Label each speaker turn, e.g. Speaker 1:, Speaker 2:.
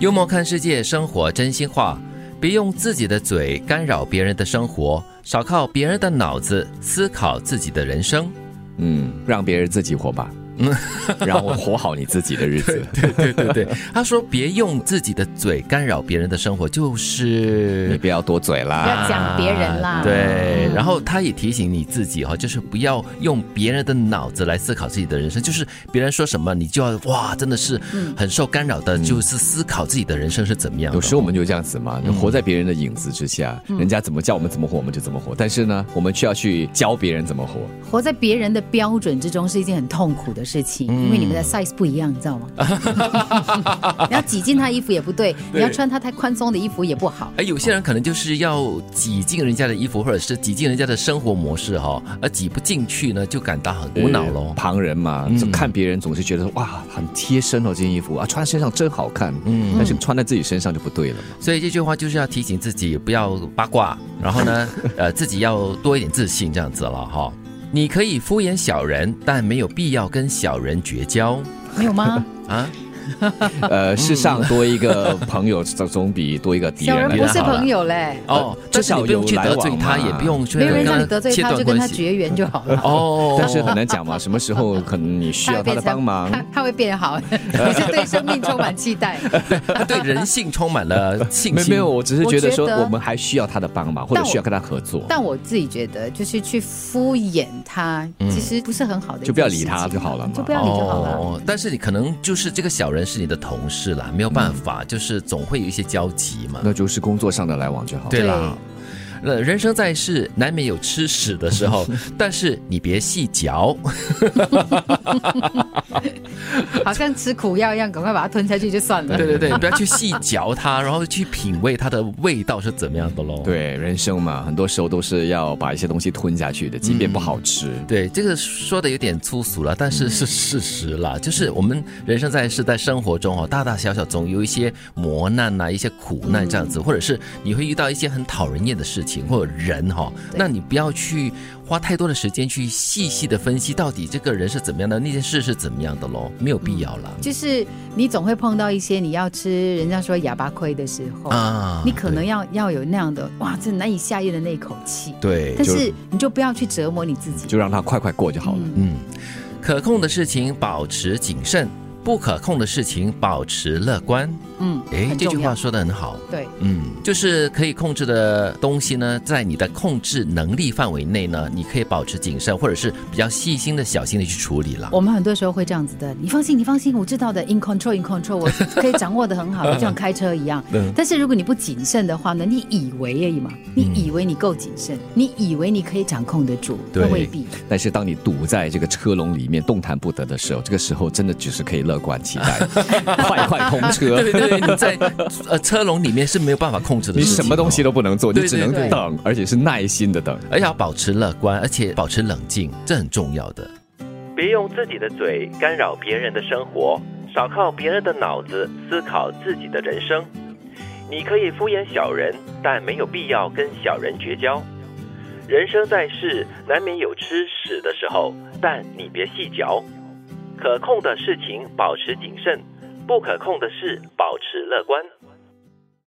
Speaker 1: 幽默看世界，生活真心话。别用自己的嘴干扰别人的生活，少靠别人的脑子思考自己的人生。
Speaker 2: 嗯，让别人自己活 吧，让我活好你自己的日子。
Speaker 1: 对对对对，他说别用自己的嘴干扰别人的生活，就是
Speaker 2: 你不要多嘴
Speaker 3: 不
Speaker 2: 啦。
Speaker 3: 要讲别人啦
Speaker 1: 对，
Speaker 3: 嗯
Speaker 1: 然后他也提醒你自己哈、就是不要用别人的脑子来思考自己的人生，就是别人说什么，你就要哇，真的是很受干扰的，就是思考自己的人生是怎么样的。
Speaker 2: 有时候我们就这样子
Speaker 1: 嗯
Speaker 2: 嘛，活在别人的影子之下，人家怎么叫我们怎么活，我们就怎么活。但是呢，我们却要去教别人怎么活。
Speaker 3: 活在别人的标准之中是一件很痛苦的事
Speaker 2: 嗯
Speaker 3: 情，因为你们的 size 不一样，你知道吗？ 你要挤进他衣服也不对，你要穿他太宽松的衣服也不好。
Speaker 1: 哎，有些人可能就是要挤进人家的衣服，或者是挤进人家的生活模式哈、而挤不进去呢，就感到很无脑嗯喽。
Speaker 2: 旁人嘛，就看别人总是觉得说哇，很贴身哦，这件衣服啊，穿身上真好看。嗯，但是穿在自己身上就不对了嘛。
Speaker 1: 所以这句话就是要提醒自己不要八卦，然后 呢，呃，自己要多一点自信这样子了哈。你可以敷衍小人，但没有必要跟小人绝交
Speaker 3: 没有 吗？
Speaker 1: 啊。嗯
Speaker 2: 呃，世上多一个朋友，总总比多一个敌
Speaker 3: 小
Speaker 2: 人
Speaker 3: 人
Speaker 2: 来
Speaker 3: 不
Speaker 2: 得
Speaker 3: 是
Speaker 2: 好啦
Speaker 3: 朋。友嘞，
Speaker 1: 哦，但
Speaker 2: 呃至
Speaker 1: 是
Speaker 2: 少
Speaker 1: 你不用去
Speaker 2: 有来
Speaker 1: 得罪
Speaker 2: 往
Speaker 1: 他，
Speaker 2: 嘛
Speaker 1: 也不用去
Speaker 3: 没
Speaker 2: 啊
Speaker 3: 有人让你
Speaker 1: 跟
Speaker 3: 得
Speaker 1: 他
Speaker 3: 罪
Speaker 1: 切
Speaker 3: 他，
Speaker 1: 断
Speaker 3: 就跟
Speaker 1: 关
Speaker 3: 他
Speaker 1: 系。
Speaker 3: 绝缘就好了。
Speaker 1: 哦，
Speaker 2: 但是很难讲嘛，什么时候可能你需要他
Speaker 3: 变
Speaker 2: 的帮忙。
Speaker 3: 他他会变好， 你是对生命充满 期待。
Speaker 1: 他对人性充满了信
Speaker 2: 没
Speaker 1: 心。
Speaker 2: 没有，我只是觉得说
Speaker 3: 我觉得
Speaker 2: 我们还需要他的帮忙，或者
Speaker 3: 但我
Speaker 2: 需要跟他合作，
Speaker 3: 但我自己觉得，就是去敷衍他，其实不是很好的
Speaker 2: 嗯
Speaker 3: 一件事情，啊
Speaker 2: 就不要理他就好了嘛
Speaker 3: 就不要理就好了。
Speaker 1: 哦，但是你可能就是这个小人是你的同事啦，没有办法，就是总会有一些交集嘛。
Speaker 2: 那就是工作上的来往就好。
Speaker 1: 对啦，那人生在世难免有吃屎的时候，但是你别细嚼。
Speaker 3: 好像吃苦药一样，赶快把它吞下去就算了。
Speaker 1: 对对 对，不要去细嚼它，然后去品味它的味道是怎么样的喽。
Speaker 2: 对，人生嘛，很多时候都是要把一些东西吞下去的，即便不好吃。
Speaker 1: 对，这个说的有点粗俗了，但是
Speaker 3: 嗯
Speaker 1: 是事实啦。就是我们人生在世，在生活中哦，大大小小总有一些磨难啊呐、一些苦难这样
Speaker 3: 嗯
Speaker 1: 子，或者是你会遇到一些很讨人厌的事情或者人哈、
Speaker 3: 对
Speaker 1: 那你不要去花太多的时间去细细的分析到底这个人是怎么样的，那件事是怎么样的喽，没有必要啦。
Speaker 3: 就是你总会碰到一些你要吃人家说哑巴亏的时候，
Speaker 1: 啊
Speaker 3: 嗯你可能要要有那样的哇，这难以下咽的那一口气。
Speaker 1: 对
Speaker 3: 但
Speaker 1: 就是
Speaker 3: 你就不要去折磨你自己。
Speaker 2: 就让它快快过就好了。
Speaker 1: 嗯，可控的事情保持谨慎，不可控的事情保持乐观。
Speaker 3: 嗯，
Speaker 1: 诶，
Speaker 3: 很
Speaker 1: 这句
Speaker 3: 重要
Speaker 1: 话说的很好。
Speaker 3: 对，
Speaker 1: 嗯，就是可以控制的东西呢，在你的控制能力范围内呢，你可以保持谨慎，或者是比较细心的、小心的去处理
Speaker 2: 哦
Speaker 1: 啦。
Speaker 3: 我们很多时候会这样子的。你放心，你放心，我知道的。In control, in control，我可以掌握的很 好的，就像开车一样。
Speaker 1: 嗯
Speaker 3: 但是如果你不谨慎的话呢，你以为而已嘛，
Speaker 1: 嗯
Speaker 3: 你以为你够谨慎，你以为你可以掌控得住，
Speaker 1: 对
Speaker 3: 那未必。
Speaker 2: 但是当你堵在这个车笼里面动弹不得的时候，这个时候真的只是可以乐观期待，快快通 车。
Speaker 1: 对对对，你在呃车笼里面是没有办法控制的
Speaker 2: 你
Speaker 1: 事情哦，
Speaker 2: 什么东西都不能做，
Speaker 1: 对
Speaker 2: 你只能
Speaker 3: 对对
Speaker 2: 等，而且是耐心的等。
Speaker 1: 而且要哎保持乐观，而且保持冷静，这很重要的。别用自己的嘴干扰别人的生活，少靠别人的脑子思考自己的人生。你可以敷衍小人，但没有必要跟小人绝交。人生在世，难免有吃屎的时候，但你别细嚼。可控的事情保持谨慎，不可控的事保持乐观。